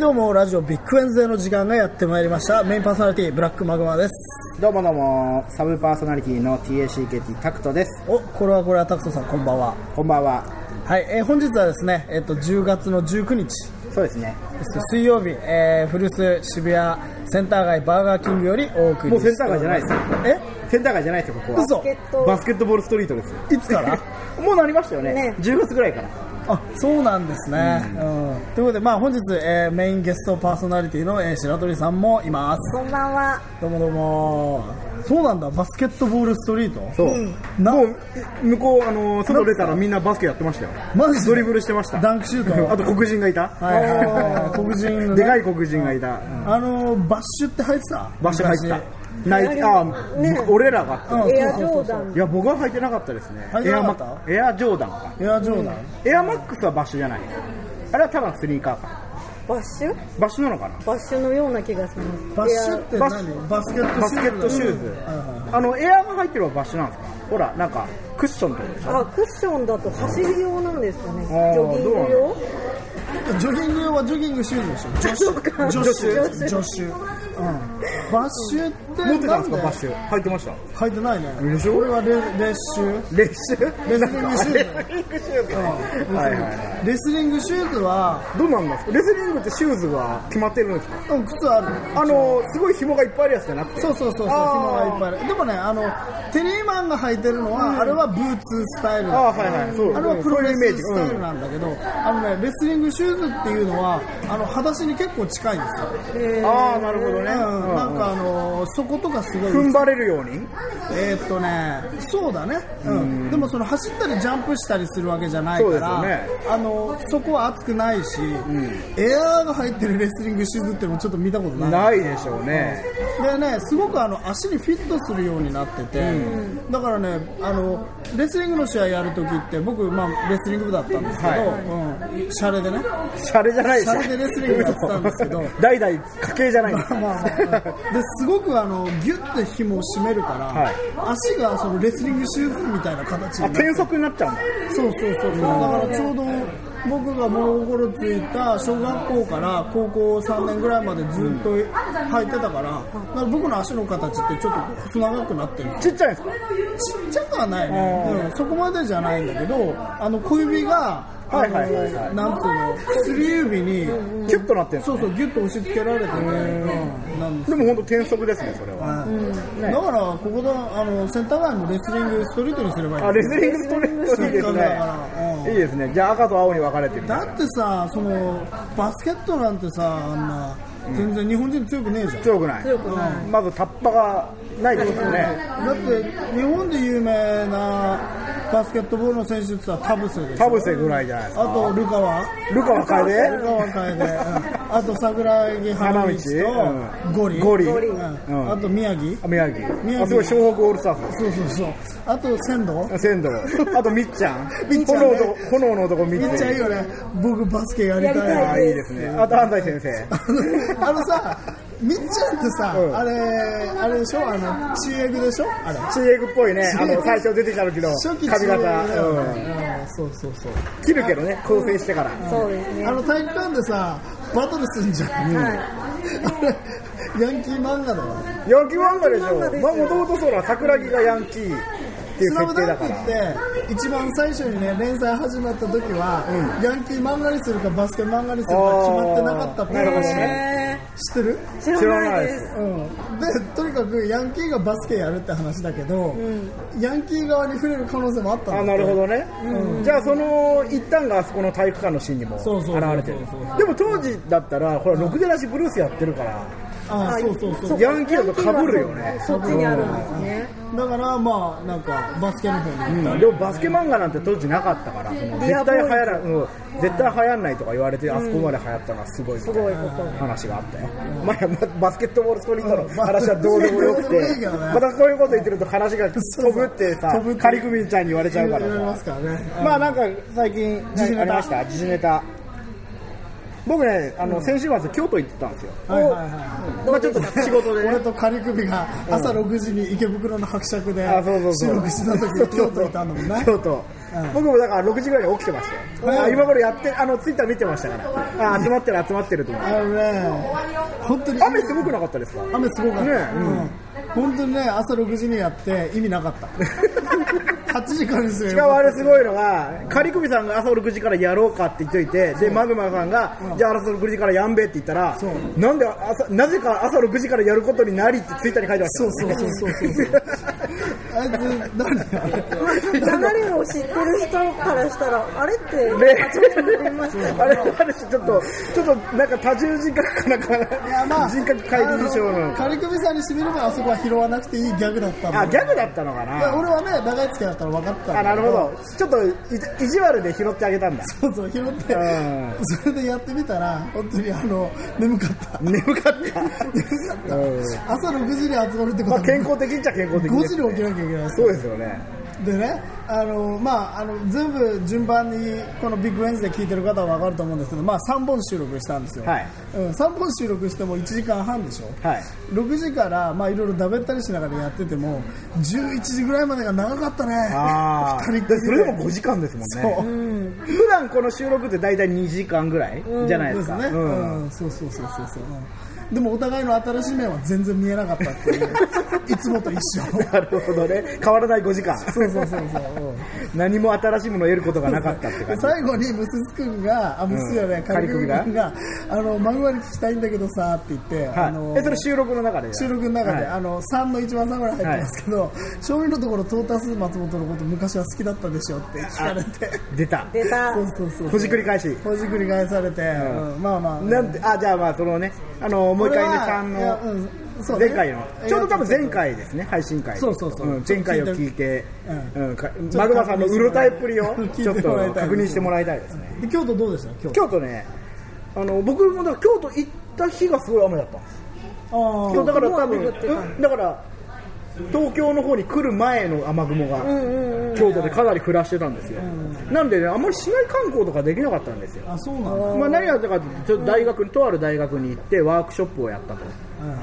どうもラジオビッグエンゼの時間がやってまいりましたメインパーソナリティブラックマグマですどうもどうも、サブパーソナリティの TACKT タクトです。おこれはこれはタクトさんこんばんはこんばんは。はい、えー本日はですね、えっと10月の19日そうですね。水曜日、えー、古巣渋谷センター街バーガーキングよりお送りもうセンター街じゃないですよ。えセンター街じゃないですよ、ここは。嘘バスケットボールストリートですよ。いつからもうなりましたよね。ね10月ぐらいから。あそうなんですね、うんということで、まあ、本日、えーメインゲストパーソナリティの、えー白鳥さんもいますこんばんは。どうもどうもそうなんだバスケットボールストリートそう。なもう、向こう、あのー、外出たらみんなバスケやってましたよ。マジでドリブルしてました。ダンクシュート あと黒人がいた。はいはいはい黒人のねでかい黒人がいた。あのーバッシュって入ってたバスケ入ってた昔。ナイキ、あー、ね俺らが。うんエアジそうそョうーそうダそうン。いや、僕は履いてなかったですね。履いてなかったエアマエアジョーダンか。エアジョーダン、エアマックスはバッシュじゃない。あれはただのスニーカーか。バッシュバッシュなのかなバッシュのような気がします。バッシュっいてバッシ何バスケットバシスューズケットシューズ、はいはいあのエアーが入ってるのはバッシュなんですかほらなんかクッションってことでしょやあ、クッションだと走り用なんですかね。ジーョギンどグう用ジョギング用はジョギングシューズでしょそうか助手助手、うん、バッシュって持ってたんでなんすかバッシュ入ってました履いてないねでしょ俺はレレッシュ練習レスリングシューズレスリングシューズはいはいはレスリングシューズはいどうなんですかレスリングってシューズは決まってるんですかうん靴あるあのすごい紐がいっぱいあるやつじゃなくてそうそうそうそう紐あーがいっぱいあるでもねあのテリーマンが履いてるのは、あれはブーツスタイルああはいはいそうあれはプロレススそういタうイイメージうルんなんだけど、あのね、レスリングシューズっていうのは、あの裸足に結構近いんですよ、えーああなるほどね、うんうんなんかあのそことかすごい、踏ん張れるようにえーっとね、そうだね、うん、でもその走ったりジャンプしたりするわけじゃないから、そうですよあのそこは熱くないし、エアーが入ってるレスリングシューズっていうのもちょっと見たことない。ないでしょうね、でね、すごくあの足にフィットするようになってて、だからねあのレスリングの試合やるときって僕、まあ、レスリング部だったんですけど、うん、シャレでねシャレじゃないでしょシャレでレスリングやってたんですけ ど代々家系じゃないんで すまあまあ ですごくあのギュッて紐を締めるから、はい足がそのレスリングシューズみたいな形 あになって転足になっちゃうんだそうそうそうそうだからちょうど僕が物心ついた小学校から高校3年ぐらいまでずっと履いてたからだから僕の足の形ってちょっと細長くなってるちっちゃいんですかちっちゃくはないね、うん、そこまでじゃないんだけどあの小指があはいのはいはいはいなんていうの薬指にキュッとなってるんですそうそうギュッと押し付けられてね、うん、なんですでも本当転足ですねそれははいだからここだあのセンター街もレスリングストリートにすればいいあレスリングストレートいいですせっかくだからうんねいいですねじゃあ赤と青に分かれてるみただいなってさそのバスケットなんてさあんな全然日本人強くねえじゃん、強くない強くない。まずタッパがないですよねだって日本で有名なバスケットボールの選手ってさ田臥でしょ田臥ぐらいじゃないですあかとルカワルカは楓ルカワ楓、うんあと桜木花道とゴリゴリうんうんあと宮城あ宮宮城城あすごい湘北オールスターズそうそうそうあと仙道仙道 あとみっちゃんみっちゃんね炎の男炎の男みっめっちちゃゃんいいよね僕バスケやりたいやりたあいいですねあと安西先生あのさ、みっちゃんってさ、うんあれ、あれでしょあの、チーエグでしょあれ。チーエグっぽ いねあの最初出てきた時の初期髪チーエグだ型ようんね。うんそうそうそう。切るけどね構成してからそうですね。あの体育館でさ、バトルすんじゃん。はあれ、ヤンキー漫画だわ。ヤンキー漫画でしヤンキー漫画ょですまあもともとそうだ桜木がヤンキーっていスうラム設定ダだンクからって、一番最初にね、連載始まった時は、ヤンキー漫画にするかバスケ漫画にするか決まってなかったってあーなるほど話い。ねえ知ってるー、知らないで知らす。うん、でとにかくヤンキーがバスケやるって話だけど、ヤンキー側に触れる可能性もあったんだってあなるほどね、じゃあその一旦があそこの体育館のシーンにも現そうそうそうそうれてるでも当時だったらほらろくでなしブルースやってるからあーそうそうそうヤンキーだと被るよねそっちにあるんですね。だからまあなんかバスケの方に行ったり、でもバスケ漫画なんて当時なかったからその絶対流行ら、うん、絶対流行んないとか言われてあそこまで流行ったのはすごいみたいすごいなこと。話があったよ、まあまバスケットボールストリートの話はどうでもよ くうんどうでもいいてけどねまたこういうこと言ってると話が飛ぶってさ飛ぶってカリクミンちゃんに言われちゃう言わかれらまさすからね、まあなんか最近時事ネタありました時事ネタ僕ねあの先週末京都行ってたんですよ、はいはいはまあちょっと仕事いでね俺と仮首が朝6時に池袋の伯爵であそうそうそう収録した時京都いたんだもんね 京都うん僕もだから6時ぐらいに起きてましたうんよ、あ今頃やって、あのツイッター見てましたから、あ集まってる、集まってると思って、あのね、本当に雨すごくなかったですか、雨すごかった、ねうんうん本当にね、朝6時にやって意味なか った。8時間ですよ。しかもあれすごいのが、仮組さんが朝6時からやろうかって言っといて、でマグマさんが、じゃあ朝6時からやんべって言ったらそう、なんで朝なぜか朝6時からやることになりってツイッターに書いてまそうしたそかうらねそうそうそう。あいつ、誰だよあれ流れを知ってる人からしたら、あれって、 ね初めて思いましたよあれあるし、ちょっと、ちょっとなんか多重人格かなんかいや、まあ、 人格解離症あのの。仮組さんにしてみればあそこは拾わなくていいギャグだったんだあ、ギャグだったのかいやな俺はね、長い付き合いだったら分かったんだあ、なるほど。ちょっとい意地悪で拾ってあげたんだ。 そうそう、拾ってう、それでやってみたら、本当にあの、眠かった。眠かった。うん朝6時に集まるってこまとあ健康的っちゃ健康的5です時ねに起きなきゃいけないそうですよね。でね、あのまあ、あの全部順番にこのビッグウェンズで聞いてる方は分かると思うんですけど、まあ、3本収録したんですよ、はいうん、3本収録しても1時間半でしょ、はい。 6時からまあいろいろだべったりしながらやってても11時ぐらいまでが長かったねああ。二人っきりでそれでも5時間ですもそんね。う普段この収録って大体2時間ぐらいじゃないでですすか。ね、ううんんそうそうそうそうそううんでもお互いの新しい面は全然見えなかったっていう いつもと一緒 なるほどね。変わらない5時間。そうそうそうそう、うん 何も新しいものを得ることがなかったってで感じ。最後にムスス君が、あ、ムスじゃない、うんカリクミカリク君ミが、あの、マグマに聞きたいんだけどさ、って言って、あはい。のえ、それ収録の中で収録の中で、はいあの、3の一番最後に入ってますけど、正味のところ、トータス松本のこと昔は好きだったでしょって聞かれて、出た。出た。そうそうそう。ほじくり返し。ほじくり返されて、んうんまあまあ。なんて、あ、じゃあまあそのね、あの、もう一回ね、3いやうのん、そうね前回の、ちょうど多分前回ですね、配信会。そうそうそうん前回を聞いて、ううんかマグマさんのうろたえっぷりを聞ちいょってともらいたい確認してもらいたいですね。で京都どうでした京都。京都ね、あの、僕もだから京都行った日がすごい雨だったんです。あ今日だから多雨分、降ってたうんだから、東京の方に来る前の雨雲が、京都でかなり降らしてたんですよ。なんでね、あんまり市内観光とかできなかったんですよあ。あ、そうなんだ。まあ、何があったかというとちょっと大学に、とある大学に行ってワークショップをやったうと、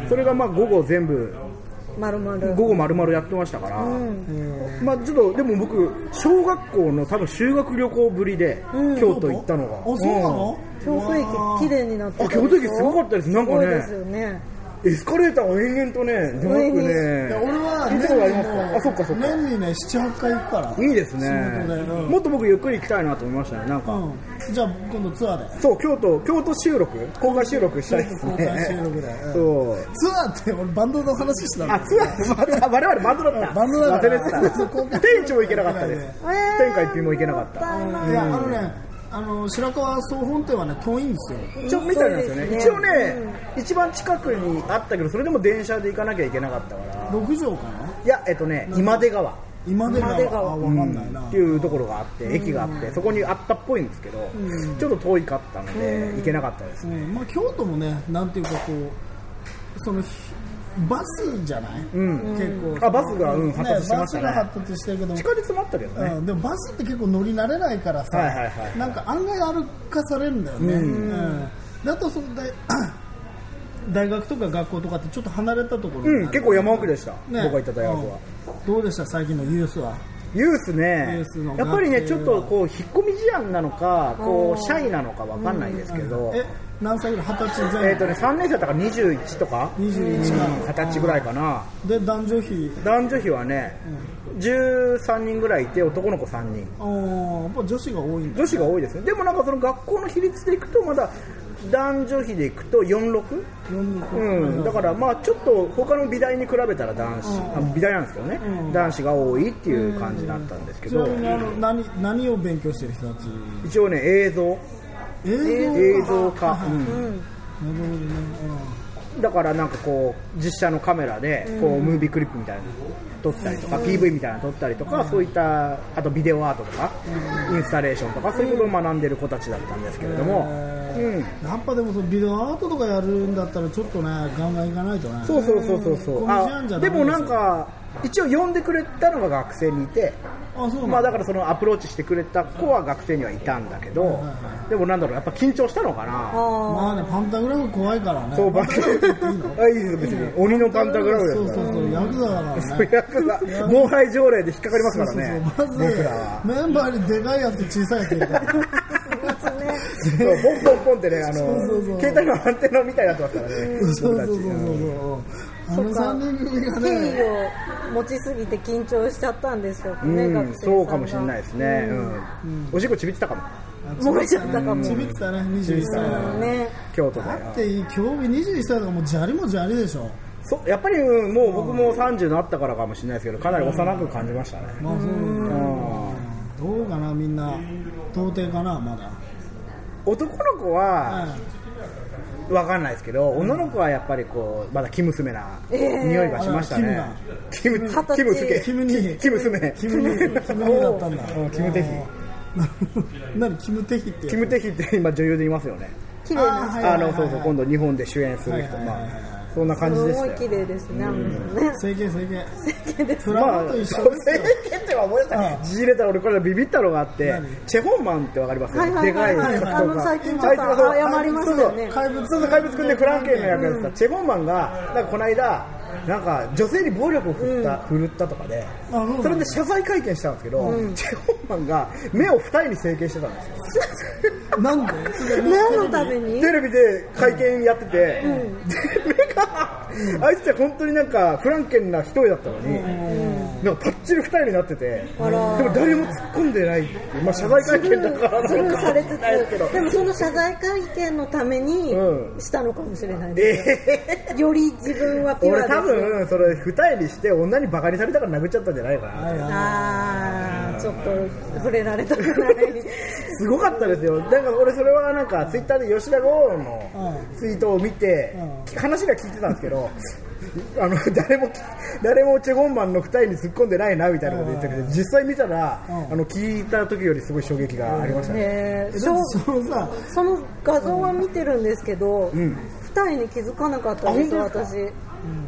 それがまあ午後全部まるまる。午後丸々やってましたから、うんまあ、ちょっとでも僕小学校の多分修学旅行ぶりで京都行ったのが、あ、そうなの京都駅、綺麗になってたでしょあ京都駅すごかったですなんかねすごいですよね。うんエスカレーターを延々とねうまくいや俺ねは聞いたことありますかあそっかそっか年にね78回行くからいいです仕ね事でうんもっと僕ゆっくり行きたいなと思いましたねなんか、うんじゃあ今度ツアーでそう京都京都収録公開収録したいですね公開収録でうんそうツアーって俺バンドの話してたのあ、ツアー、我々バンドだった。バンドだから忘れてた。店長行けなかったです。天下一品も行けなかった。いやあのねあの白川総本店はね遠いんですよ一応見たいなんですよね。一そ応うねですね、一番近くにあったけど、それでも電車で行かなきゃいけなかったから。 6畳かないや、えっとね、今出川今で今出が川あ分かんないなっていうところがあって、駅があって、そこにあったっぽいんですけど、ちょっと遠いかったので、行けなかったです。うんまあ京都もねなんていうかこうそのひバスじゃないん結構あバスがうんね発達してましたねバスが発達してるけど地下鉄もあったけどねう。ん、でもバスって結構乗り慣れないからさ、はいはいはいはいなんか案外歩かされるんだよね、うんであとその大 大学とか学校とかってちょっと離れたところにある、うん、結構山奥でした。僕ねが行った大学は。うんどうでした最近のユースはユースねユースの学生やっぱりね、ちょっとこう、引っ込み思案なのか、こう、シャイなのかわかんないですけど、え何歳ぐらい二十歳え前っ、とね、3年生だったから21とか、二21か、 20歳ぐらいかな、で男女比男女比はね、13人ぐらいいて、男の子3人、あーやっぱ女子が多いんだ女子が多いですね、でもなんかその学校の比率でいくと、まだ男女比でいくと46、四の子うん、だからまあちょっと他の美大に比べたら男子、あ美大なんですけどね、男子が多いっていう感じだったんですけちなど、みにあの何何を勉強してる人たち一応ね、映像、映像映像化。はいうんなるほどね、だからなんかこう実写のカメラでこうムービークリップみたいなの撮ったりとか PV みたいなの撮ったりとかそういったあとビデオアートとかインスタレーションとかそういうことを学んでる子たちだったんですけれどもうんやっぱでもそのビデオアートとかやるんだったらちょっとねガンガンいかないとねそうそうそうそうそコメうディアンじゃあないでですもなんか一応呼んでくれたのが学生にいてあそうなんまあ、だかからそのアプローチしてくれた子は学生にはいたんだけどいはでもなんだろうやっぱ緊張したのかなあまあねパンタグラフ怖いからねそうパンバンタタグラフっていいのあいいです別に鬼のパンタグラフだそうっそうたらそうヤクザだ からそうねヤクザ盲牌条例で引っかかりますからそうねそうそうまず僕らはメンバーにでかいやつ小さいやついるからそうポンポンポンってねあのそうそう携帯のアンテナみたいになってますからねそうそうそうそう僕たちそうあの3人組があ敬ね意を持ちすぎて緊張しちゃったんでしょうかうね、ん学生さんがそうかもしれないですねうんおしっこちびってたかも漏れちゃったかもちびってたね21歳だからね京都でだって競技21歳だからもう砂利も砂利でしょそうやっぱりうんもう僕も30になったからかもしれないですけどかなり幼く感じましたねまあそうなんだうんどうかなみんな到底かなまだ男の子は分かんないですけど、女の子はやっぱりこうまだ生娘な匂いがしましたね、キム二十歳キムスケキムにキム娘キムにキムにだったんだうんキムテヒ何キムテヒってキムテヒって今女優でいますよね、綺麗あーなはいはいはいあのそうそう今度日本で主演する人、はいはいはいはいまあそんな感じですごいした綺よ麗ですねあの人ね整形整形綺麗ですフまラあン、と一緒そうです整よ形っては思い出したう。んじ入れたら俺これビビったのがあって何、チェホンマンってわかりますはいはいではかいいはい格闘家。あの最近ちょっとあいつがそう謝りましたよね怪物そうそう怪物くんでフランケンの役やってた、チェゴンマンがなんかこの間なんか女性に暴力を振った、振るったとかでそうなんだそれで謝罪会見したんですけど、チェゴンマンが目を二重に整形してたんですよなんで 何のためテにレビで会見やってて、で目が、あいつって本当になんかフランケンな一重だったのに、なんかパッチリ二重になってて、でも誰も突っ込んでないっていう、まあ、謝罪会見だからスルーなのかわかんされつないですけどつでもその謝罪会見のためにうんしたのかもしれないです、えーより自分はピュア俺です多分それ二重にして女にバカにされたから殴っちゃったんじゃないかはないはいああちょっと触れられたく ないすごかったですよなんか俺それはなんかツイッターで吉田豪のうツイートを見てうんき話が聞いてたんですけどあの誰も誰もチェゴンマンの二重に突っ込んでないなみたいなこと言ってたけど実際見たらうんあの聞いた時よりすごい衝撃がありましたねえーえしだょっうてそのさその画像は見てるんですけど、ん二重に気づかなかったですあ本当で私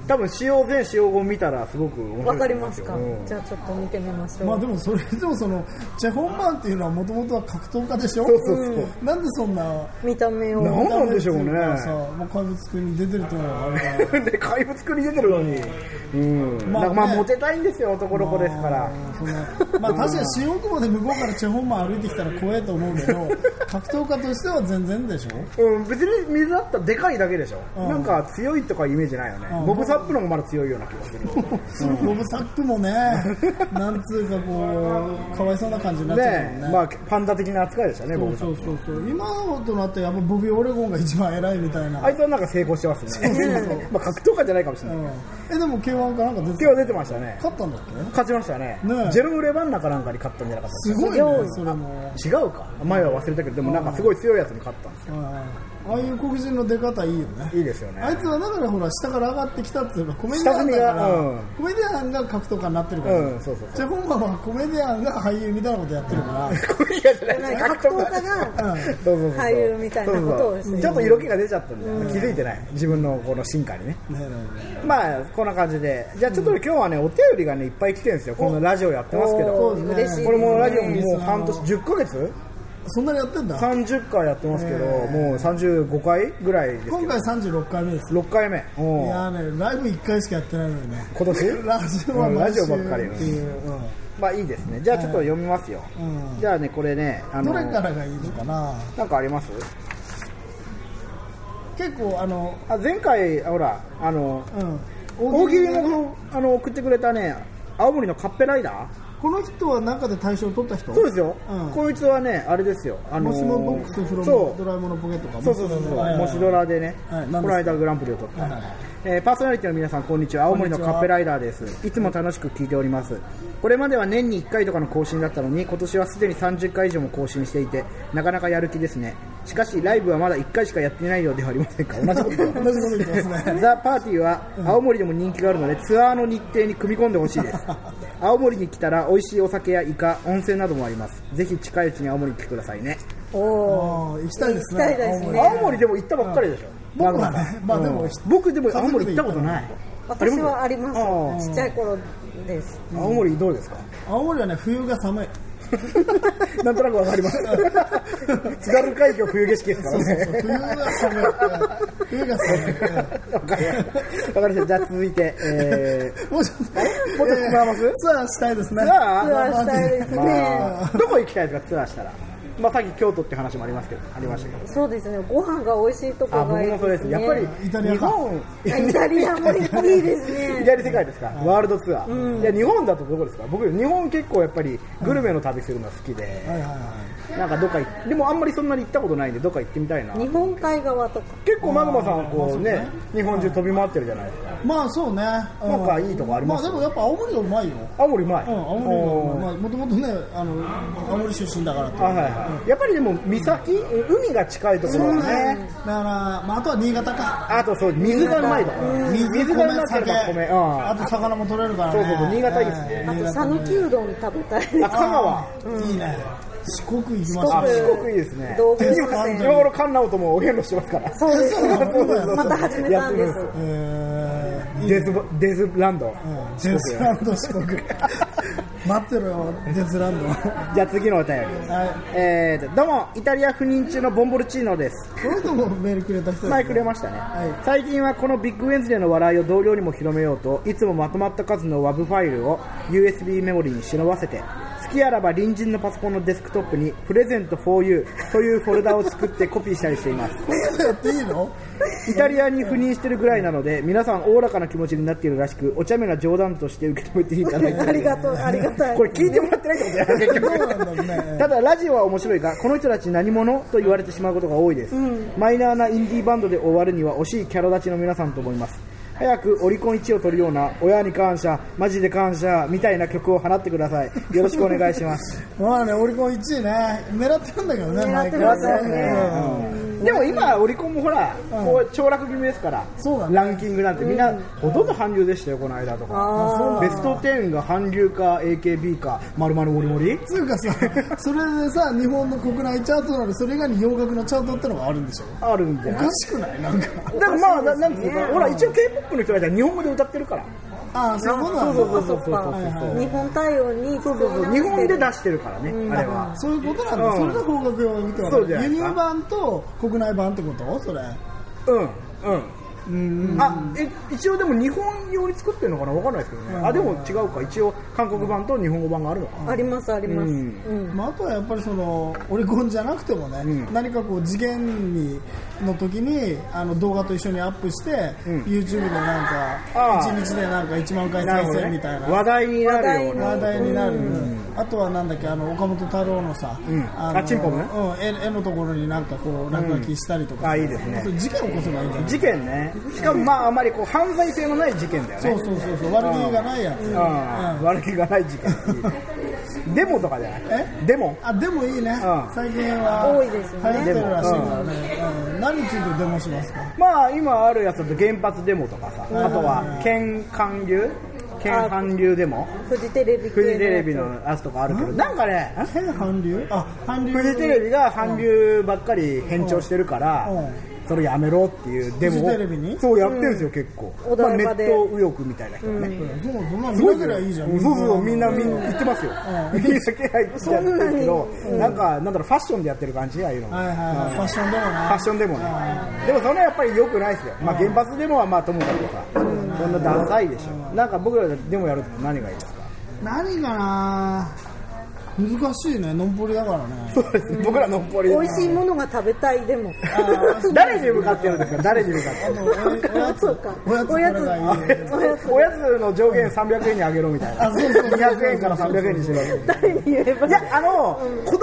多分使用前使用後見たらすごく面白わいかとり思いますよか、うんじゃあちょっと見てみましょう、まあでもそれでもそのチェ・ホンマンっていうのはもともとは格闘家でしょそうそうそううんなんでそんな見た目をな何なんでしょうね見た目っていかさもう怪物くんに出てると思うあれはで怪物くり出てるのに、うんまあまあまねあモテたいんですよ男の子です から、そのまあ確かに新大久保で向こうからチェ・ホンマン歩いてきたら怖いと思うけど格闘家としては全然でしょうん、別に水だったらでかいだけでしょ、うんなんか強いとかイメージないよね、うんボブ・サップの方がまだ強いような気がする、ボブサックもねなんつうかこうかわいそうな感じになっちゃうもんねねまあ、パンダ的な扱いでしたね、ボブ・サそッうそうそう今となってやっぱボビー・オレゴンが一番偉いみたいな、プあいつはなんか成功してますね、まあ格闘家じゃないかもしれうない、ん、えでも k 1かなんか出て手は出てましたね、勝ったんだっけ勝ちましたね、ねジェロム・レバンナかなんかに勝ったんじゃなかったすごいねそれも違うか、前は忘れたけど、でもなんかすごい強いやつに勝ったんですよ、うんああいう黒人の出方いいよねいいですよね、あいつはだからほら下から上がってきたっていうかコメディアンだから、下積みがうんコメディアンが格闘家になってるから、うんそうそうそうじゃあ本番はコメディアンが俳優みたいなことやってるから、格闘家じゃないです格闘家うがんそうそうそう俳優みたいなことをしてそうそうそうちょっと色気が出ちゃったんで、気づいてない自分のこの進化にねねえねえねまあこんな感じでじゃあちょっと今日はねお便りがねいっぱい来てるんですよこのラジオやってますけおどーそう嬉しいでですねこれもラジオもいいですもねう半年10ヶ月えそんなにやってんだ30回やってますけどもう35回ぐらいですけど今回36回目です6回目いおーやーねライブ1回しかやってないのにね今年ラジオはうんラ毎ジ週オばっかりっていう、うんまあいいですねじゃあちょっと読みますようんじゃあねこれねあどのれからがいいのかななんかあります結構あのあ前回ほらあのうん大喜利のもあの送ってくれたね青森のカッペライダーこの人は中で大賞取った人そうですよ、うんこいつはね、あれですよ、あモのースモボックスフロそムドうラえもんのポケットかそうそうそうそう、はいはいもしドラでね、はい何ですこかの間グランプリを取った、はいはいえーパーソナリティの皆さん、こんにちは、青森のこんにちはカッペライダーです、いつも楽しく聞いております、これまでは年に1回とかの更新だったのに、今年はすでに30回以上も更新していて、なかなかやる気ですね、しかし、ライブはまだ1回しかやってないようではありませんか、同じこと言って同ますじこと言ってますねザ・パーティーは青森でも人気があるのでツアーの日程に組み込んでほしいです 青森に来たら美味しいお酒やイカ温泉などもありますぜひ近いうちに青森に来てくださいねおおあー行きたいですね行きたいですね青森でも行ったばっかりでしょ僕はね丸野さんまあでもうん僕でも青森行ったことない私はありあまりますすちっちゃい頃です。青森どうですか青森はね冬が寒いなんとなくわかります津軽海峡冬景色ですかそうそうそう冬らねが寒いうん冬が寒いわかりましたわかりましたじゃあ続いて、えうんもうちょっとー、もうちょっとつまますツアーしたいですねツアーツアーしたいですね。まあ、どこ行きたいですかツアーしたら、まあ、さっき京都って話もありますけどありましたけどそうですね。ご飯が美味しいとこあが僕いいもそうですやっぱりイタリア日か本あイタリアもいいですイね。タリア世界ですか、ワールドツアー、いや日本だとどこですか僕日本結構やっぱりグルメの旅するの好きはで、いはいはなんかどっか行っでもあんまりそんなに行ったことないんでどっか行ってみたいな日結本海側とか。構マグマさんはこうねあーまあ日本中飛び回ってるじゃないですかいまあそうねなんかいいとこありますまあでもやっぱ青森はうまいよ青森うまい、うん青森はうまいもともとねあの青森出身だからっていうあはいはい、やっぱりでも岬海が近いところそうはねねだからまああとは新潟かあとそう水がうまいところ水米水がうまけれ酒ば米うんあと魚も取れるからねそうそうそう新潟いいっすねえーあと新潟ね讃岐うどん食べたいです。あ香川いいね四国行きまし四たあね四国いいですね動物園今頃カンナオともお遍路してますからそうですそうなの。また始めたんです。えーいいデズボデズランド、うんデズランド四国 待ってろよデズランドはじゃあ次のお便りいえーとどうもイタリア赴任中のボンボルチーノですこの人もメールくれた人前くれまししたね、は最近はこのビッグウェンズデーの笑いを同僚にも広めようといつもまとまった数の WAV ファイルを USB メモリに忍ばせて好きあらば隣人のパソコンのデスクトップに「プレゼント 4U」というフォルダを作ってコピーしたりしていますこういうことやっていいのイタリアに赴任してるぐらいなので皆さんおおらかな気持ちになっているらしくお茶目な冗談として受け止めていただいてありがとうありがたいこ。れ聞いてもらってないってことじゃそうなんだろうねただラジオは面白いがこの人たち何者と言われてしまうことが多いです、マイナーなインディーバンドで終わるには惜しいキャラ立ちの皆さんと思います早くオリコン1を取るような親に感謝マジで感謝みたいな曲を放ってくださいよろしくお願いしますまあねオリコン1位ね狙ってるんだけどね狙って毎ま回すよねうんでも今オリコンもほら、こう凋落気味ですからそうだねランキングなんてみんな、ほとんど韓流でしたよこの間とあーそうかベスト10が韓流か AKB かまるまるモリモリつうかさ、それでさ、日本の国内チャートなのに、それ以外に洋楽のチャートってのがあるんでしょあるんじおゃないかしくないなんか。でもまあ、ななんつうか、ほら、一応 K-POP の人たちは日本語で歌ってるから。ああ、そういうもんなんだ。そうそっかそうそうそう日本対応にそうそうそう、日本で出してるからね、あれは。そういうことなんだ。うんそれが邦楽洋楽ってこそうとじゃな輸いです入か版と国内版ってことそれ。うん、うん。あ、え、一応でも日本用に作ってるのかなわかんないですけどね。あ、でも違うか。一応、韓国版と日本語版があるのか。ありますありまうす。うんん。まあ、あとはやっぱりその、オリコンじゃなくてもね、うん何かこう、次元に、の時に、あの、動画と一緒にアップして、ん YouTube でなんあか、あ1日でなんか1万回な再るほど生みねたいな。。話題になるような。話題になる、あとはなんだっけあの岡本太郎のさ、うんのあチンポもねうん、絵絵のところになんかこう落書きしたりとか、うんあいいですねそう事件起こせばいいんじゃない事件ね。しかもまあ、あまりこう、犯罪性のない事件だよそねう。そうそうそう悪気がないやつ、うんうん。悪気がない事 件。デモとかじゃないえデモあでもいいね、うん最近は多いですよね流行ってるらしいからね、うん何についてデモしますかまあ今あるやつだと原発デモとかさ、あとは県韓流県韓流デモフジテレビ系フのジテレビのやつとかあるけどなんかね変韓流あ韓流フジテレビが韓流ばっかり偏聴してるから、うんうんそれやめろっていうデモをフジテレビにそうやってるんですよ、結構、おまあ、台ネ場ッでト右翼みたいな人がね、そうそんなのす見ごなけりゃいいじゃんそうそうみんなみんな 言ってますよ、うんみんな気配ってやってるけど、なんかなんだろうファッションでやってる感じああいうのもはいはいはい、ファッションデモねファッションでもね、でもそれはやっぱり良くないですよ、まあ、原発でもはまあともかくさ、そんなダサいでしょ、なんか僕らでもやると何がいいですか、何かな難しいねのんぽりだから ねそうですね、僕らのっぽり美味しいものが食べたいでも。 誰に向かってやるんですか、誰に向かっあて。のおやつそうかおやつからがいいよねおやつおやつの上限300円に上げろみたいな、あそうそう200円から300円にしろい誰に言えば。や、あの、子供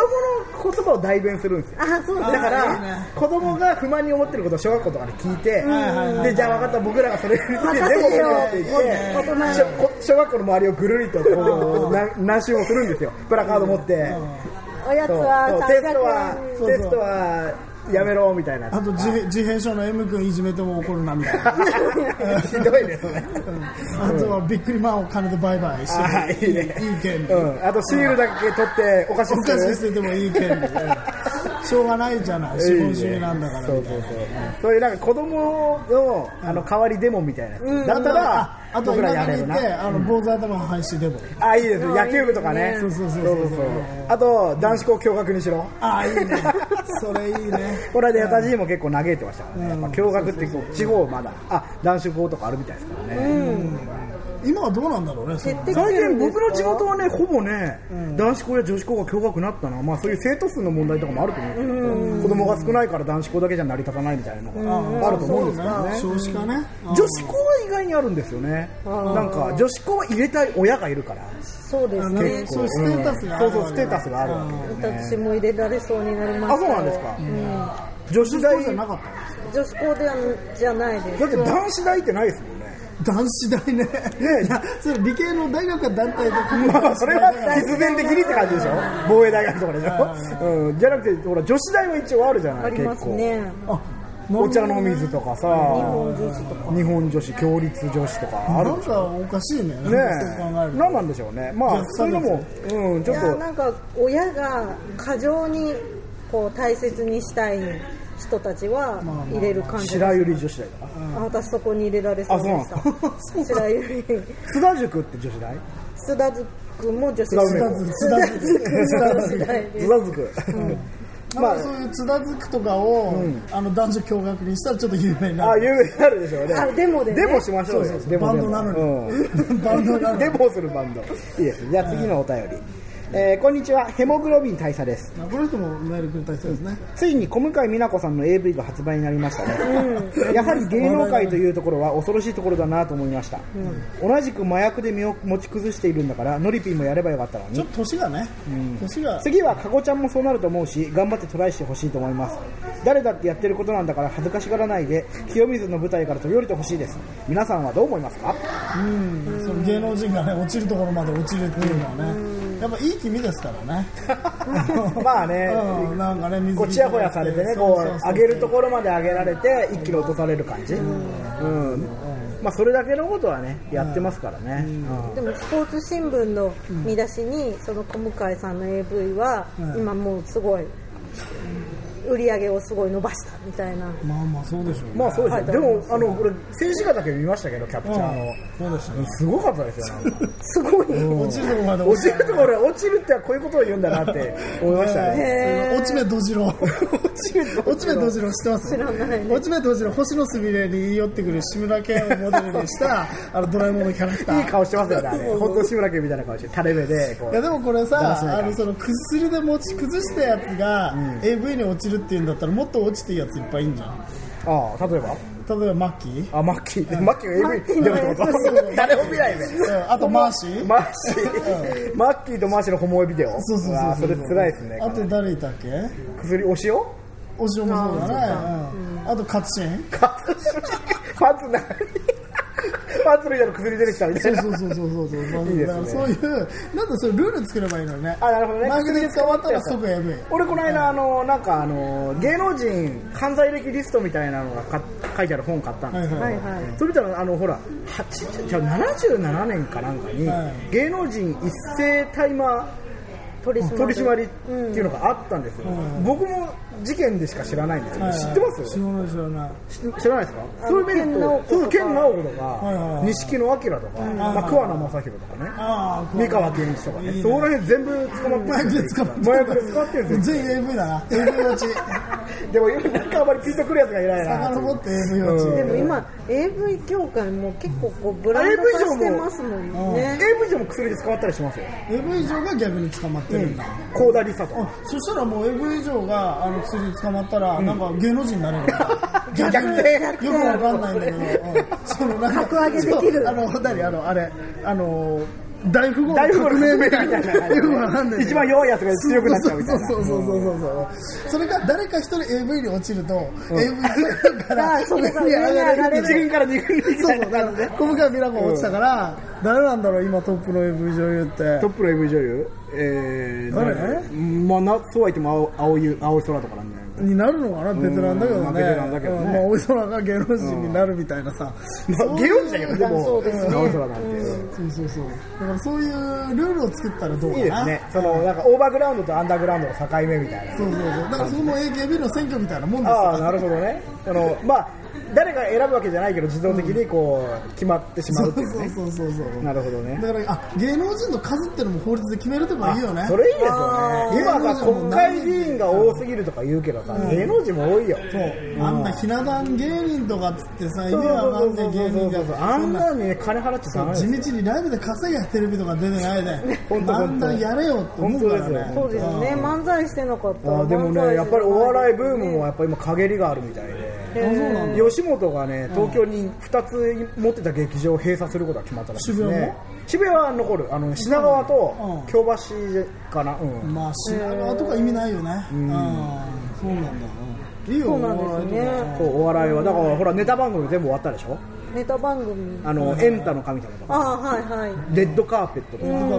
の言葉を代弁するんですよ。あ、そ うだだかいいね、ら子供が不満に思ってることを小学校とかで聞いてはいはい、はいで、じゃあ分かった、僕らがそれについて任デモせすてるよって言って、大人小こ小学校の周りをぐるりとこうな何周もするんですよプラカード持っておやつそうはそう三テ角ストはそうテストはやめろみたいなあと自閉自閉症の M 君いじめても怒るなみたいなひどいですねあとはびっくりマンを金で売買してあいいね いい権利うんあとシールだけ取ってお菓子お菓作子捨るててもいい権利しょうがないじゃない資本主義なんだからそうそうそうそういうなんか子供のあの代わりデモみたいなやつ、うんだったあらあと僕田らや舎れにる行なってあの坊主頭の廃止でもあいいですねうん野球部とかねそうそうそうそそううそうそうあと男子校共学にしろああいいねそれいいねこれでやたじも結構嘆いてましたからね、うんやっぱ共学ってこう地方まだあ男子校とかあるみたいですからね、今はどうなんだろうねその減って最近僕の地元はねほぼね、男子校や女子校が共学になったのは、まあ、そういう生徒数の問題とかもあると思うんですけど、子供が少ないから男子校だけじゃ成り立たないみたいなのがあると思うんですけどね、少子化ね女子校は意外にあるんですよね、なんか女子校は入れたい親がいるから、そうですうんねそういうステータスがあそるうそうステータスがあるわけですね私も入れられそうになりましたあそうなんですか女子そう大じゃだなかったんです女子校ではじゃないですって男子大ってないですもんね男子大ねいやそれ理系の大学は団体でまあ それは必然的にって感じでしょ防衛大学とかでしょ、うん、じゃなくてほら女子大は一応あるじゃなあいり結ます構、ねあお茶の水とかさ日本女子とか日本女子共立女子とかあるなんねかおかしいねえそう考えると何なんでしょうねまあそういうのも、うん、ちいょっやとなんか親が過剰にこう大切にしたい人たちは入れる感じ白百合女子大とかあ私そこに入れられそうでしたあそうなんですか白百合津田塾って女子大須田塾も女子津田塾津田塾津田塾 女子大です津田塾、まあそういう津田塾とかを、あの男女共学にしたらちょっと有名にあなある有名になるでしょうねあデモでねデモしましょうよデモバンドなのにうん バンドなのデモをするバンドいいですねじゃあ次のお便り、えーこんにちはヘモグロビン大佐ですこの人もメールくれた人ですねついに小向井美奈子さんの AV が発売になりましたね、やはり芸能界というところは恐ろしいところだなと思いました、同じく麻薬で身を持ち崩しているんだからノリピーもやればよかったのちょっにと年がね、年が次はかごちゃんもそうなると思うし頑張ってトライしてほしいと思います誰だってやってることなんだから恥ずかしがらないで清水の舞台から飛び降りてほしいです皆さんはどう思います かうんその芸能人がね落ちるところまで落ちるっていうのはね、やっぱいい気味ですからねまあねうん、なん かね水着こうちやほやされてね、そうこそうそうう上げるところまで上げられて、一気に落とされる感じ、うんまあ、それだけのことはね、やってますからね、うんでもスポーツ新聞の見出しにその小向井さんの AV はうん今もうすごい売り上げをすごい伸ばしたみたいなまあまあそうでしょうね、まあそうですよ、はいでも、あのこれ、静止画だけ見ましたけど、キャプチャーの、うんそうですねすごかったですよ、なんかすごい 落ちるところまで落ちるるところ、落ちるってはこういうことを言うんだなって思いましたね。へー落ち目どじろ落ち目どじろ落ち知ってます知らないね落ち目どじろ星野すみれに言い寄ってくる志村けんをモデルにしたあのドラえもんのキャラクターいい顔してますよね、あれ。本当、志村けんみたいな顔して、垂れ目で、こいやでもこれだらしなさ、いかあのその薬で持ち崩したやつが AV に落ちるっていうんだったらもっと落ちていいやついっぱいいんじゃん。う、ああ、例えば、例えばマッキ ー、あ、マッキー、マッキーが AV キー出のるってこと誰も見ないね。うんあとマーシー、マーシー、マッキーとマーシーのホモエビデオ。そうそうそうわあそうれ辛いですね。あと誰いたっけ？薬お塩？お塩もそうだね。うんあとカツシン。カツパツな。パツ類なの薬出てきたみたそいうなそ。うそうそうそうそう。いいですねだからそういうなんかそれルール作ればいいのにね。あなるほどねマイクで捕まったら即 AV。俺この間あのなんかあの芸能人犯罪歴リストみたいなのがか書いてある本買ったんですけど、はいはいはいそれ見たらあのほら80じゃあ77年かなんかに、はい芸能人一斉大麻取り締ま取るり締まりっていうのがあったんですよ、うん僕も事件でしか知らないんですけど、はい知ってます知らない知らない。知らないですかあのそういう面研ナオとコとかそう研ナオコといはいかはい錦野明とか、まあ、桑名正宏とかねああ三河健一とかねいいねそこら辺全部捕まマっイてるクで捕まった。麻薬で捕まってるんですよ全員 AV だな。AV 落ち。でも今なんかあんまりピンとくるやつがいないな遡って AV 落ち。うんでも今 AV 業界も結構こうブランド化してますもんね AV 上も薬で捕まったりしますよ AV 以上が逆に捕まってるんだ。高田理沙とあかそしたらもう AV 以上があの薬に捕まったら、なんか芸能人になれる逆よくわかんないんだけど、うんそのなんか格上げできるそうあの何あのあれあの大富豪大富豪の名運命みたいなよくわかんないんだけど一番弱いやつが強くなっちゃうみたいなそうそうそうそうそうそうそれが誰か一人 AV に落ちると、AV からあそれが上に上がれる一軍から二軍に行きそたういそうなだるから小向井美奈子落ちたから、誰なんだろう今トップの AV 女優ってトップの AV 女優えー誰なんだろうまあなそうは言っても青青い青い空とかなんじゃないのになるのかなベテランだけどね,、まあベテランだけどねうんまあ、大空が芸能人になるみたいなさ、まあ、芸能人だけどでもそうですね青空なんて、そうそうそうだからそういうルールを作ったらどうかないいですねそのなんかオーバーグラウンドとアンダーグラウンドの境目みたいなそうそうそうだからそこも AKB の選挙みたいなもんですああよなるほどねあのまあ誰が選ぶわけじゃないけど自動的にこう決まってしまそううっていうそうねそうそうそうなるほどねだからあ芸能人の数ってのも法律で決めるとかいいよねあそれいいですあよーね今が国会議員が多すぎるとか言うけどさ芸能人も多いよそうあんなひな壇芸人とかっつってさ意味わかんない芸人そうそうそうそうがあんなにね金払っちゃダメです地よ道にライブで稼ぎやテレビとか出てないで本当あんなやれよって思うからね本当そうですね漫才してなかったらあでもね漫才じゃやなっいぱりお笑いブームもやっぱ今陰りがあるみたいあでそうなんだ吉本がね東京に2つ持ってた劇場を閉鎖することが決まったらしいです渋谷ねも渋谷は残るあの品川とうん京橋かなうんまあ品川とか意味ないよねうんそうなんだうんいいよそうなんですねそうお笑いはだからほらネタ番組全部終わったでしょネタ番組あのエンタの神様とあかあはいはいレッドカーペットととかかも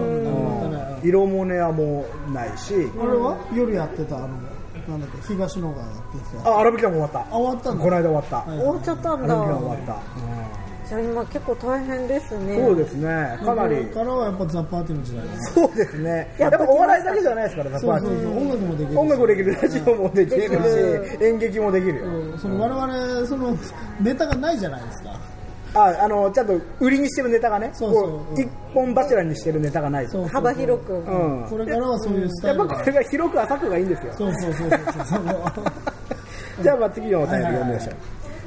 なんかね色もねはもうないしあれは夜やってたあのなんだっけ東野がやってたあ荒引き団も終わったあ終わったんだこの間終わったはい終わっちゃったん荒引き団だ終わっじゃあ今結構大変ですねたそうですねかなりからはやっぱザ・パーティーの時代だねそうですね。ややっっぱぱお笑いだけじゃないですから、そうザそうそう音楽もできるし音楽もできる、ラジオもできるし、演劇もできるよ。その我々そのネタがないじゃないですかあ、あの、ちゃんと売りにしてるネタがね、そうそうこうん一本柱にしてるネタがないと。そう幅広くうんこれからはそういうスタイやっルぱこれが広く浅く がいいんですよ。そうそうそうそうそう じゃあ、まあ次のお便りはいはい読はいんでみましょう。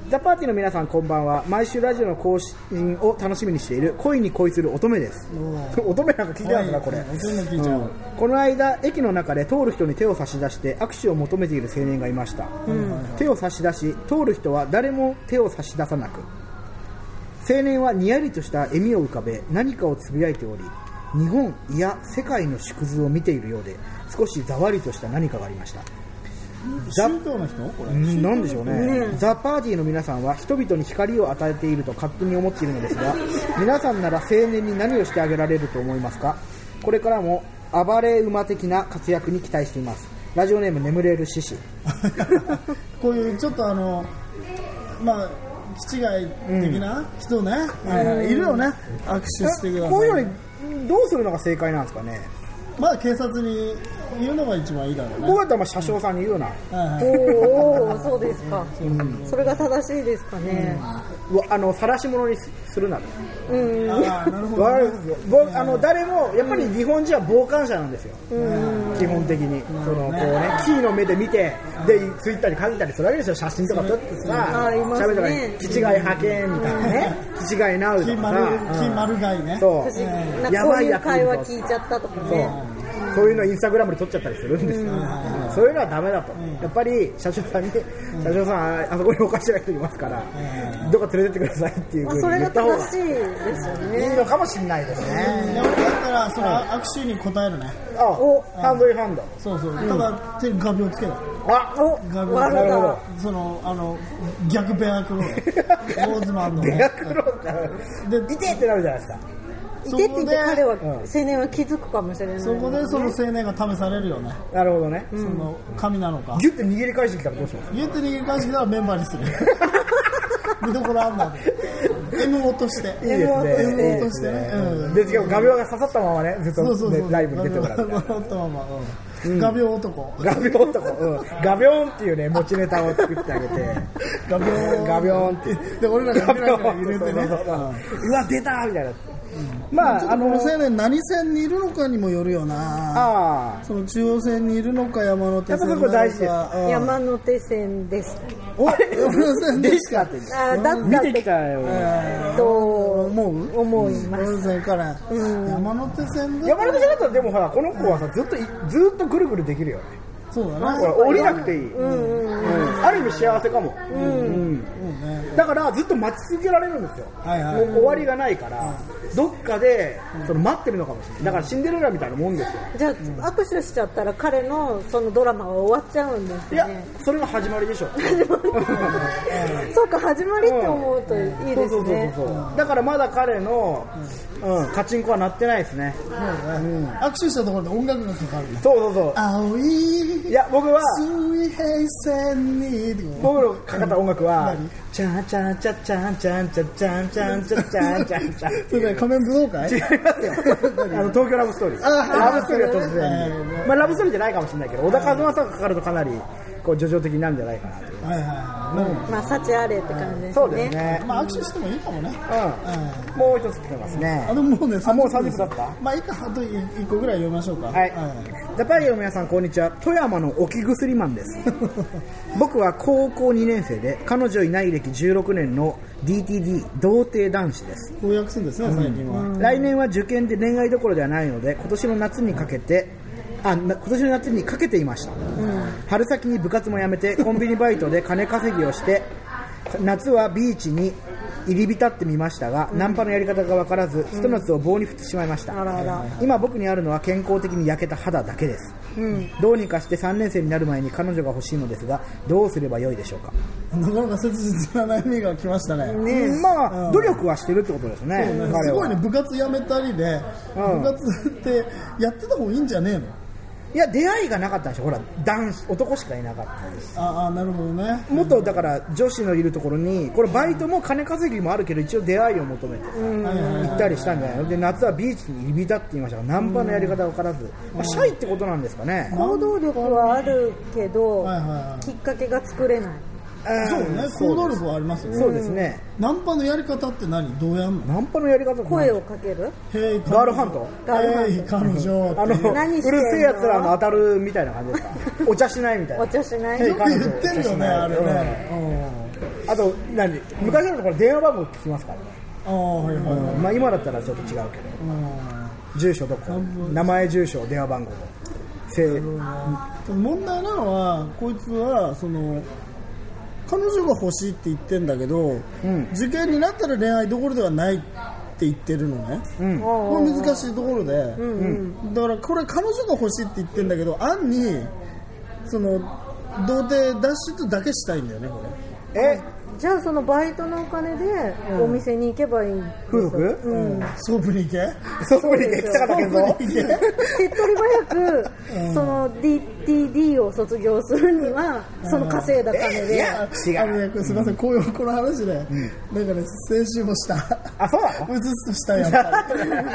ザ・パーティーの皆さんこんばんは毎週ラジオの更新を楽しみにしている恋に恋する乙女ですお乙女なんか聞いてないですかこれはいそんな聞いちゃうこの間駅の中で通る人に手を差し出して握手を求めている青年がいました、手を差し出し通る人は誰も手を差し出さなく青年はにやりとした笑みを浮かべ何かをつぶやいており日本いや世界の縮図を見ているようで少しざわりとした何かがありました宗教の人これうんなんでしょうね、ザ・パーティーの皆さんは人々に光を与えていると勝手に思っているのですが、 皆さんなら青年に何をしてあげられると思いますか、これからも暴れ馬的な活躍に期待しています、ラジオネーム、眠れる獅子、 こういうちょっとあのまあ気違い的な人ね、はいはいいるよね握手してくださいこういうのにどうするのが正解なんですかね、まあ警察に言うのが一番いいだろうねこうやったらまあ車掌さんに言うな、はいはいおーおーそうですかそれが正しいですかねうわあの晒し者にすするなと。うんああなるほどわかね、るんですよぼあの誰もやっぱり日本人は傍観者なんですよ、基本的に、そのこうね、キーの目で見て、でツイッターに書いたりするわけですよ、写真とか撮ってあさ、ーいますね喋ったら、気違い派遣みたいなね、気違いなうと金か丸さ、金丸街ねそう私なんかやそうばいいうやつ会話聞いちゃったとかそうねそういうのインスタグラムで撮っちゃったりするんですよ、そういうのはダメだと、やっぱり社長さんに、社長さん、ああそこにおかしな人いますから、どっか連れてってくださいっていうまあふそうにれ言がった方が正しいですよいいねのかもしれないですね。やっぱらその握手に応えるねあ、おハンドインハンド。そうそうただ手に画鋲つけないあ、お画鋲悪なるほだどそのあの逆ベアクロー ル坊主のあるのベねアクローで痛いってなるじゃないですか。いてって言って彼はん青年は気づくかもしれないそこでその青年が試されるよねなるほどね。その神なのかギュッて握り返してきたらどうします言って逃げ返してきたらメンバーに する見どころあんなで M 落としていいですね。 M いい落でとしすてねねうんで、しかも画鋲が刺さったままね、ずっとそねうそうそうライブに出てもらうみたいな。ったままうん画鋲男画鋲男、うん、画鋲っていうね、持ちネタを作ってあげて、画鋲画鋲って、で俺らが画見ないから鋲入れてねそうそうそううんうわ、出たみたいな。まあ、ああのこのの、青年何線にいるのかにもよるよなあその中央線にいるのか山手線やっぱそこ大事です山山手線ですお山手あ、線ででしすかかって。あーだっ見たってきてたよ。と思う思いま山手線から山手線だ山手線だったらでもほらこの子はさずっといずっとぐるぐるできるよねそうだほなら降りなくていい、うんある意味幸せかも、うんだからずっと待ち続けられるんですよ、はいはいもう終わりがないから、どっかでその待ってるのかもしれないだからシンデレラみたいなもんですよじゃあ握手しちゃったら彼のそのドラマは終わっちゃうんですいや ねそれが始まりでしょそうか始まりって思うといいそでうそすうそうねそうだからまだ彼の、うん、カチンコは鳴ってないですね握手したところで音楽がかかるねそうそうそう青いいや僕は水平線にってこと僕のかかった音楽は何「チャンチャンチャチャンチャンチャチャンチャンチャチャンチャンチャン」それね仮面武道会違いますよあの東京ラブストーリーあラブストーリーは突はい然に、まあ、ラブストーリーじゃないかもしれないけど小田和正がかかるとかなりこう叙情的になるんじゃないかなというはいはいはいなるほどまあ幸あれって感じですねそうですねまあ握手してもいいかもねうん、もう一つ来てますねあでももうねあもう30 30分だったまあいいかあと1個ぐらい読みましょうかはい、ジャパイオの皆さんこんにちは富山の置き薬マンです 僕は高校2年生で彼女いない歴16年の DTD 童貞男子です公約するんですね最近は来年は受験で恋愛どころではないので今年の夏にかけてあな今年の夏にかけていました、春先に部活も辞めてコンビニバイトで金稼ぎをして夏はビーチに入り浸ってみましたが、ナンパのやり方が分からずひと夏を棒に振ってしまいました、あらあら今僕にあるのは健康的に焼けた肌だけです、どうにかして3年生になる前に彼女が欲しいのですがどうすればよいでしょうかなかなか切実な悩みが来ましたねまあ、うん努力はしてるってことですねそうね彼すはごいね部活やめたりでうん部活ってやってた方がいいんじゃねえのいや出会いがなかったんでしょほら男子男しかいなかったですああなるほどねもっとだから女子のいるところにこれバイトも金稼ぎもあるけど一応出会いを求めて行ったりしたんじゃないので夏はビーチに入り浸っていましたがナンパのやり方が分からず、まあ、シャイってことなんですかね、行動力はあるけど、はいはいはいきっかけが作れないそうね行動力はありますよねそうですね、ナンパのやり方って何どうやんのナンパのやり方って声をかけるへいガールハントガールハントへい彼女あのって何してうんのるせえやつらの当たるみたいな感じですかお茶しないみたいなお茶しないへいよく言ってるよねあれねあと何昔だとこれ電話番号聞きますからね、うんああはいはいはいまあ、今だったらちょっと違うけどうん住所どこ名前住所電話番号性問題なのはこいつはその彼女が欲しいって言ってんだけど、ん受験になったら恋愛どころではないって言ってるのね、うんこおれー難しいところで、だからこれ彼女が欲しいって言ってんだけど案にその童貞脱出だけしたいんだよねこれえじゃあそのバイトのお金でお店に行けばいい、風俗うん、ソープに行けソフリで来たかったソープにけ行け手っ取り早く、その DTD を卒業するには、その稼いだ金えいで、や違うあのねこれすみません、こういうこの話で、なんかね、先週もした、あそうなのうずうずしたやっぱ り、やっぱ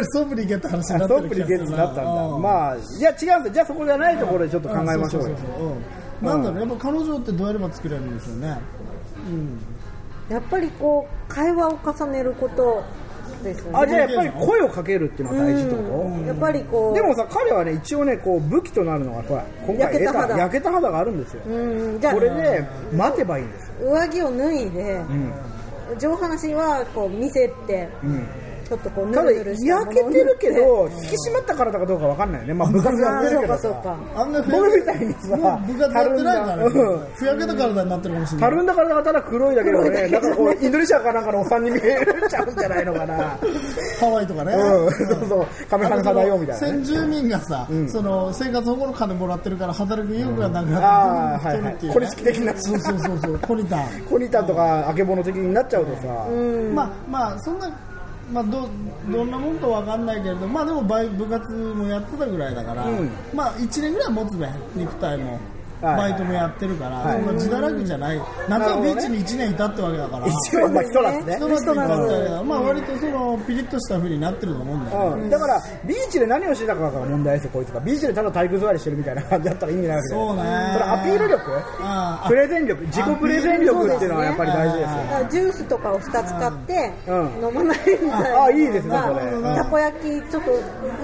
りソープに行けって話になどってソるフ気リがすゲるッなツになったんだうんまあいや違うんですよじゃあそこじゃないところでちょっと考えましょうよそそそうんなんだろうやっぱ彼女ってどうやれば作れるんですよねやっぱりこう、会話を重ねることですよあじゃあね。やっぱり声をかけるっていうのが大事ってこやっぱりことう、でもさ彼はね一応ねこう武器となるのがほら今回焼け得たた肌焼けた肌があるんですようん、じゃあこれで待てばいいんですよ上着を脱いで、上半身はこう見せて、ちょっとこう、ぬただるぬるしたもの焼けてるけど引き締まった体かどうかわかんないよねまあ部活やあっーてるけそうどかそうさか。あんなふ僕みたいにさ部活やってないからたるんだうんねふやけた体になってるかもしれなたいるんだ体がただ黒いだけでもねなんかこうインドネシアかなんかのおっさんに見えちゃうんじゃないのかなハワイとかねうん、そうそう、カメハメハだよみたいな先ね。住民がさ、その生活保護の金もらってるから働く意欲がなくなっああ、てはいるはいっ。ていうねコリ式的な。そうそうそうそうコリタンコニタとか、あけぼの的になっちゃうとさ、まあまあそんなまあどどんなもんかわかんないけれどまあでもバイ部活もやってたぐらいだから、うんまあ1年ぐらい持つべ肉体も。はいバイトもやってるから、はそいんな自堕落じゃない、夏はビーチに1年いたってわけだから、一応、まあ、人なんですそね。の人なんだけど、まあ割とそのピリッとした風になってると思うんだよ、ねうん、だから、ビーチで何をしてたかが問題ですよ、こいつが。ビーチでただ体育座りしてるみたいな感じだったら意味ないわけで。そうねれアピール力ああプレゼン力自己プレゼン力っていうのはやっぱり大事ですよだ。からジュースとかを2つ買ってうん飲まないみたいな、ああいいですねそれたこ焼きちょっと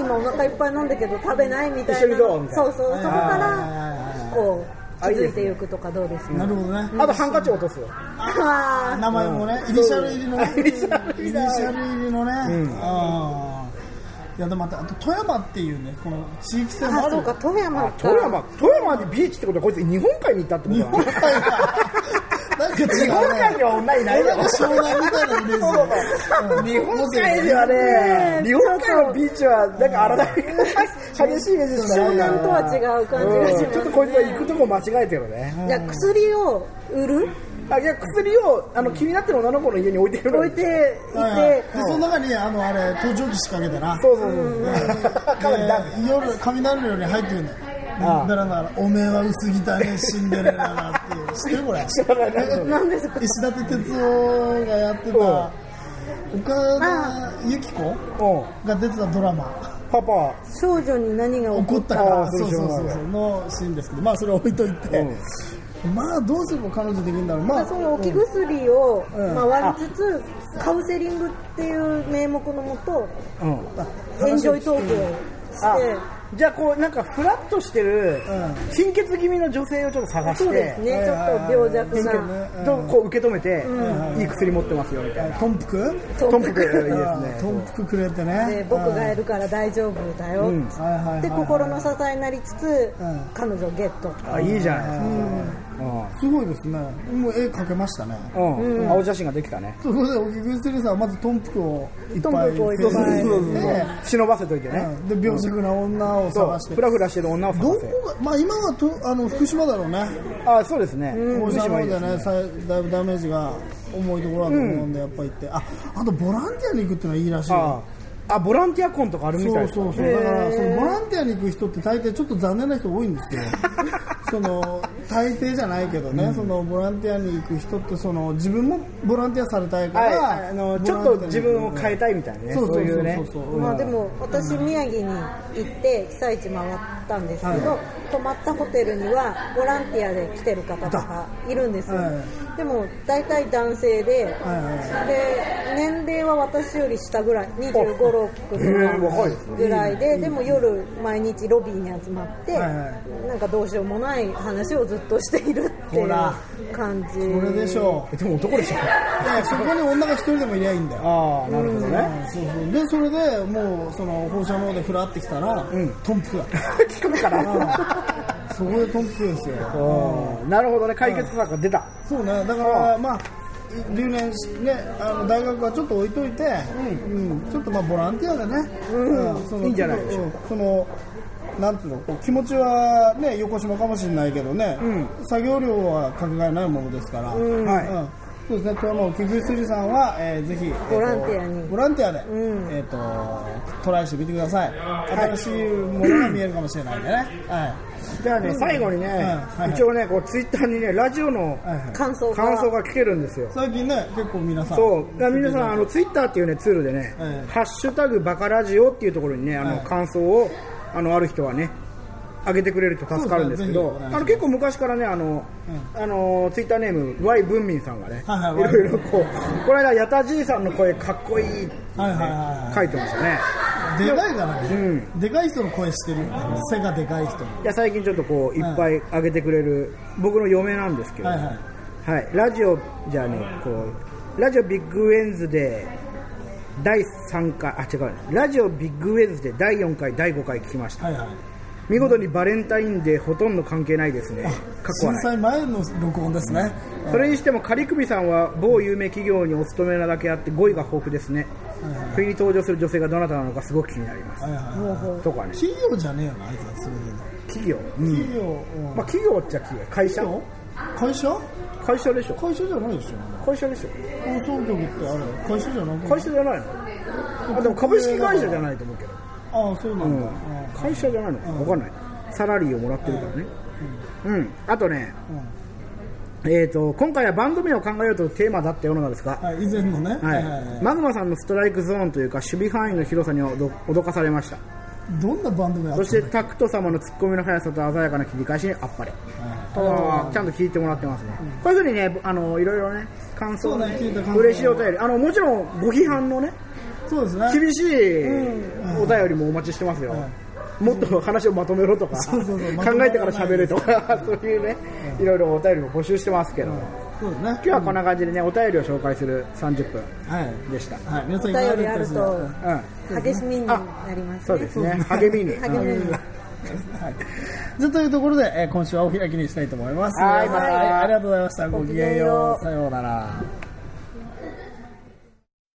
今お腹いっぱい飲んだけど食べないみたいな一緒にどうみたいなそうそうそこからこうあいい気でづすいねていくとかどうですかなるほどね、あと、ハンカチ落とすよ。あ名前もね、イニシャル入りのね、あ イニシャル入イニりシだャル入りのね、あーいやでもまたあと富山っていうねこの地域性ーもああるそうか富山か富山、富山でビーチってことはこいつ日本海に行ったってこと日なの本海はなんか違うね日本海には女いないだ俺ろの。湘南みたいなイメージ日本海ではね、日本海のビーチはなんか荒波が激しいイメージしか湘ない南とは違う感じがします、ねちょっとこいつは行くとこ間違えてるね。じゃあ薬を売るあいや薬をあの気になってる女の子の家に置いてくる。置いていて、はいはいでその中にあのあれ盗聴器仕掛けてなそうそうそう。かなりダメ。で夜雷のように入ってくるんだよああだらなら、おめえは薄汚ねシンデレラだっていう、知ってるこれ。知らないな何ですか石立哲夫がやってた、うん岡田由紀子うんが出てたドラマ、パパ少女に何が起怒こったあか、ーそそううそそううそうそう、のシーンですけど、まあそれは置いといて、まあどうすれば彼女できるんだろう、まあ、その置き薬をうん回りつつ、カウンセリングっていう名目のもとうんエンジョイトークあをしてじゃあこうなんかフラッとしてるう貧血気味の女性をちょっと探してそうですねちょっと病弱はいはいはいなうんとこう受け止めて、いい薬持ってますよみたいな。豚腹いいトトンンププクいいですね。豚腹くれてね、で僕がやるから大丈夫だようんはいはいはいはいで心の支えになりつつうん彼女をゲットあいいじゃないうんですか。すごいですね、もう絵描けましたね。うんうん。青写真ができたね。ということで、おぎぐすりさんはまず豚腹をいっトンぱいプクをいっぱい入れてそう忍ばせといてね。うんで、病弱な女をそう探して、フラフラしてる女をど探せ。こが、まあ今はとあの福島だろうね。あそうですね。大福島の島方いいでですねね。さだいぶダメージが重いところだと思うんで、やっぱ行ってああとボランティアに行くってのはいいらしいあよあボランティアコンとかあるみたそいうですそねうそうだからそのボランティアに行く人って大抵ちょっと残念な人多いん ですけどその大抵じゃないけどね、そのボランティアに行く人ってその自分もボランティアされたいから、はい。あのちょっと自分を変えたいみたいなね。そうそそうういそううねそう。そうまあでも私宮城に行って被災地回ったんですけど、はい泊まったホテルにはボランティアで来てる方とかいるんですよ、はでも大体男性で、はいはいで年齢は私より下ぐらい25、へえ若いです6ぐらいででも夜毎日ロビーに集まって、はいはなんかどうしようもない話をずっとしているっていほうら感じそれでしょえでも男でしょ。ういやそこに女が一人でもいりゃいいんだよああなるほどね。そうそうでそれでもうその放射能でふらってきたら、んトンプだ 聞くから。そこでトンプですようんなるほどね解決策が出た。そうね、だから、まあ、留年し、ね、あの大学はちょっと置いといて、うんちょっとまあボランティアでね、うんそのいいんじゃないでしょううんそのなんていうのこう気持ちは、ね、横島かもしれないけどね、う作業量はかけがえないものですから、うんはいそうですね、富山の菊水さんは、えーぜひ、えーとボランティアにボランティアで、うんえー、とトライしてみてください、新しいものが見えるかもしれないんでね、はい、じゃあね、最後にね、うんはいはい一応ね、こうツイッターにね、ラジオのはいはい感想が感想が来てるんですよ。最近ね、結構皆さん、そう、だから皆さん、あのツイッターっていうね、ツールでね、うんハッシュタグバカラジオっていうところにね、あのはい感想を、あのある人はね。上げてくれると助かるんですけそどう、ですねぜひお願いしますあの結構昔からね、あの、あのツイッターネーム Y 文民さんがね、はいはいいろいろこう、この間やたじいさんの声かっこいいってね、はいはいはいはい書いてましたね。でかいからね、でかい人の声してるよね背がでかい人いや最近ちょっとこういっぱい上げてくれる、僕の嫁なんですけど、ははいいはいラジオじゃあねこうラジオビッグウェンズデー第3回あ違うねラジオビッグウェンズデー第4回第5回聞きました、はいはい見事にバレンタインデーほとんど関係ないですね過去は震ない災前の録音ですねそれにしても仮首さんは某有名企業にお勤めなだけあって語彙が豊富ですね、はい不意に登場する女性がどなたなのかすごく気になります、はいはいはい方法とかね企業じゃねえよなあいつはそれで企業、うん企業、うんまあ、企業っちゃ企業会社企業会社会社でしょ会社じゃないでしょ会社でしょ放送局ってあれ会社じゃなく会社じゃないのあでも株式会社じゃないと思うけど、ああそうなんだ、うん会社じゃないのか分かんないサラリーをもらってるからねうん、あとね、えー、と今回は番組を考えようというテーマだったようなのですが、はい、以前のね、はいはいマグマさんのストライクゾーンというか守備範囲の広さに脅脅かされましたどんなバンドもやっそてしてタクト様のツッコミの速さと鮮やかな切り返しにあっぱれあーちゃんと聞いてもらってますね、こういうふうにねあのいろいろね感想そうね聞いた感想嬉しいお便りあのもちろんご批判のね、そうですね厳しいお便りもお待ちしてますよ、もっと話をまとめろとか、そうそうそう考えてから喋れとか、そういうね、いろいろお便りも募集してますけど、そうですね今日はこんな感じでね、お便りを紹介する30分はいでした。はい皆さんおいかがでし便りあたでるしょうとかうん、激しみになりますそうねですね、 励みに。励みにはい、じゃあというところで、えー今週はお開きにしたいと思います。はい皆さんまたありがとうございました。ごきげんよごきげんう。さようようなら。